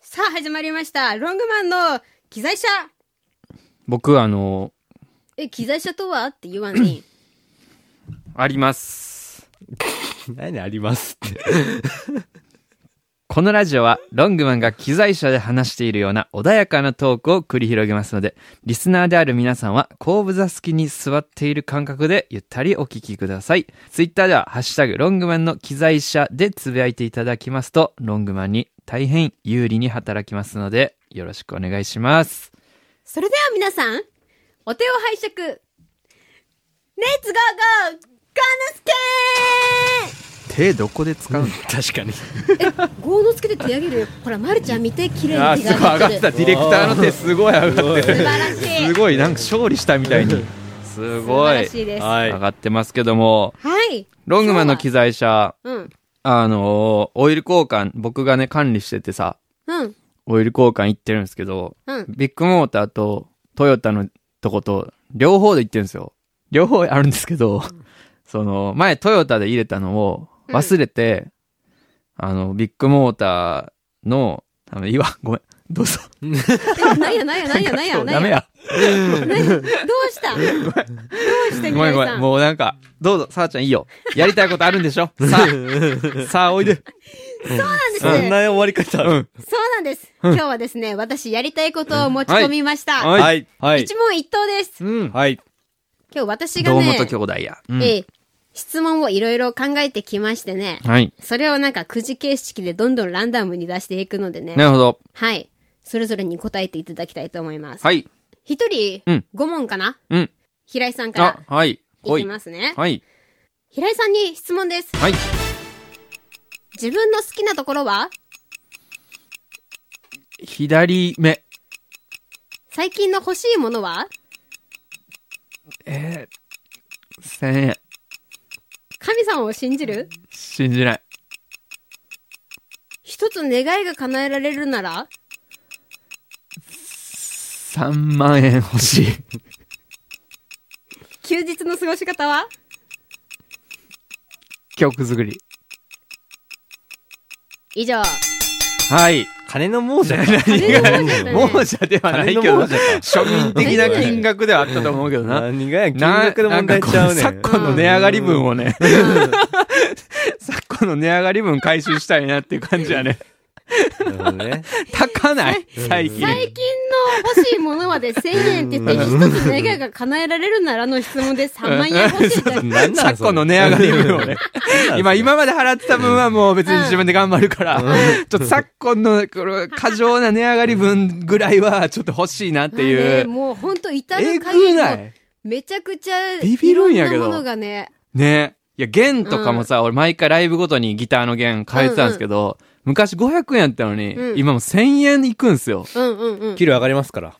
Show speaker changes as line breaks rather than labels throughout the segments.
さあ始まりましたロングマンの機材車
僕、あの、
え機材車とはって言わんね ん
あります。
何ありますって。
このラジオは、ロングマンが機材車で話しているような穏やかなトークを繰り広げますので、リスナーである皆さんは、後部座席に座っている感覚でゆったりお聞きください。ツイッターでは、ハッシュタグ、ロングマンの機材車でつぶやいていただきますと、ロングマンに大変有利に働きますので、よろしくお願いします。
それでは皆さんお手を拝借レッツゴーゴー
手どこで使うの
確かに。
ゴーノスケゴーノスケで手上げるよほらまるちゃん見て綺麗
あ
に
ー、
手
すごい上が
が
っ
上が
て。
ったて
ディレクターの手すごい上がって
る素晴らしい
すごい、なんか勝利したみたいに。 す
素
ご
晴
い
ら。しいですは
はい
上。がってますけども、
い
ロングマンの機材車、
うん
あのーオイル交換、僕がね、管理しててさ、
うん
オイル交換行ってるんですけど、
うん
ビッグモーターとトヨタのとこと、両方で行ってるんですよ。両方あるんですけど、その、前トヨタで入れたのを忘れて、あの、ビッグモーターの、あの、いいわ、ごめん、どうぞ。
えなんやなんやなんやなん
そ
や
う
な
ダ
ん
メ
や
や。
どうしたどうした
ごめん
キャリー
ごめ
さ
ん、もうなんか、どうぞ、さあちゃんいいよ。やりたいことあるん でしょさあ、さあおいで。
そうなんです
終わり方
うん。
そうなんです今日はですね私やりたいことを持ち込みました、
はい
はい。はい。
一問一答です
うん。
はい。
今日私が
堂
ね
本兄弟や。うん
ええ、質問をいろいろ考えてきましてね、
はい。
それをなんかくじ形式でどんどんランダムに出していくのでね、
なるほど。
はい。それぞれに答えていただきたいと思います。
はい。
一人、
うん
5問かな
うん。
平井さんか
あ、はい。
ら
ほ
い
い
き。ますね。
はい。
平井さんに質問です。
はい。
自分の好きなところは
左目。
最近の欲しいものは
えー、1000円。
神様を信じる
信じない。
一つ願いが叶えられるなら
3万円欲しい。
休日の過ごし方は
曲作り。
以上。
はい。
金の亡者か。
金の亡者だね
亡者ではないけ
金の
ど、
亡者か
庶民的な金額ではあったと思うけどな。
何がや、金
な
額の問題ちゃうね
なんんかこう昨今の値上がり分をね、昨今の値上がり分回収したいなっていう感じやね。
なるほどね。
高ない最近。
最近の欲しいものはで1000円って言って、一つ願いが叶えられるならの質問で3万円欲しいじゃん。
なんな
昨
んそれ
今の値上がり分をね。今、今まで払ってた分はもう別に自分で頑張るから、ちょっと昨今のこの過剰な値上がり分ぐらいはちょっと欲しいなってい
ね
う。
もうほんと至
え
る限
ぐ
り
な
の
い
めちゃくちゃ
ビビるんやけど
いろなものがね
ねいや、弦とかもさ、俺毎回ライブごとにギターの弦変えてたんですけど、昔500円やったのに、
うん
今もう1000円いくんすよ。
うんうんうん
給料上がりますから。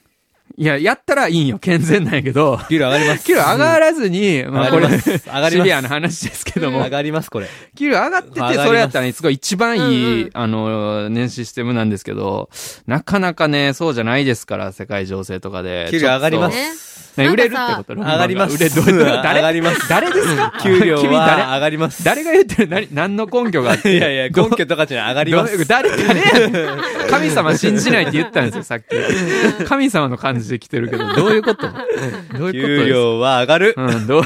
いや、やったらいいんよ、健全なんやけ ど。
給料上がります。
給料上がらずに、まあこ
上が
れ、
ります
シ
上がります
ビアな話ですけども
上、がります、これ。
給料上がってて
上がり、ます
それやったらね、すごい一番いい、
うんうん
あの、年システムなんですけど、なかなかね、そうじゃないですから、世界情勢とかで。
給料上がりま
ち
す
ょ
ね
っと。ね、売れるっ
なんかさ
てこと
上がります。
売れ、どど
上が
誰
ります。
誰ですか
給料
君
は
誰
上がります。
誰が言ってる 何、何の根拠があって。
いやいや、根拠とかじゃない上がりま
ど
す。
誰、誰やねん 神様信じないって言ったんですよ、さっき。神様の感じで来てるけ ど、どういうことどう
給
いうこ
料は上がる。
とですうん、どう、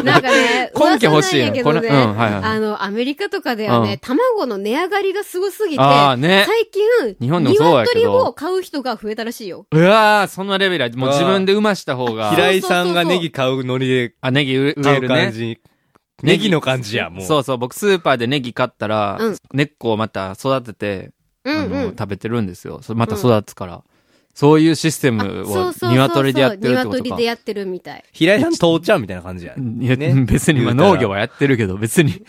どう
なんかね、
根拠欲し
噂な
い
んやけどね、
このうんはいはい
あの、アメリカとかではね、
うん
卵の値上がりがすごすぎて、
あーね
最近、
日本でもそうやけど
鶏を買う人が増えたらしいよ。
うわー、そんなレベルや。もう自分で産ました方が。
平井さんがネギ買うノリで
あ、ネギ植え植
買
え
う
る
感
ね。
じ。ネギの感じや、もう。
そうそう、僕スーパーでネギ買ったら、
うん
根っこをまた育てて、
うんう
あの
ん。
食べてるんですよ。そまた育つから、そういうシステ
あ
ム
そう
を
そうそうそう
鶏でやってるってこと
鶏
か
で。やってるみたい。
平井さん父ちゃんみたいな感じや。
いや、
ね
別に、まあ、
言うたら
農業はやってるけど、別に、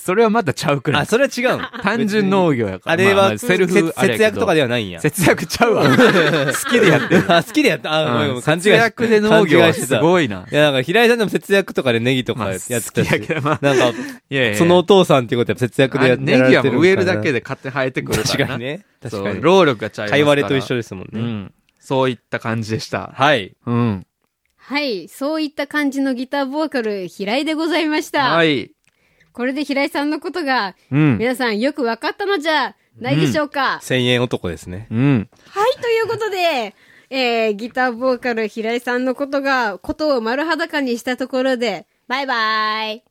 それはまたちゃうくら
あ、
い。
それは違うの。
単純農業やから。
あれ
ま
は、
まセル
せ
フあれや
節
けど
約とかではないんや。
節約ちゃう わ。
好きでやってる。あ、好きでやった。あ、ごめんごめん、勘違いし
節約で農業
勘違
はい
して
す
た
ごいな。
いや、なんか平井さんでも節約とかでネギと
ま
か
あ
やってたし
好。きやけどまあ
なんか、
いやいやいや
そのお父さんっていうことは節約でや
あ
ってやら
ネギ
れて
は
る
もう植えるだけ
で。
で勝手に生えてくるから
確
な。
かにね。確か
そう
に。
労力がちゃいますか
会
ら。
話でと一緒ですもん
う
ね。
ん。そういった感じでした。
はい。
うん。
はい。そういった感じのギターボーカル、平井でございました。
はい。
これで平井さんのことが、
うん。
皆さんよくわかったのじゃ、ないでしょうか、
1000円男ですね。
うん。
はい、ということで、 えー、ギターボーカル平井さんのことが、ことを丸裸にしたところで、バイバイ。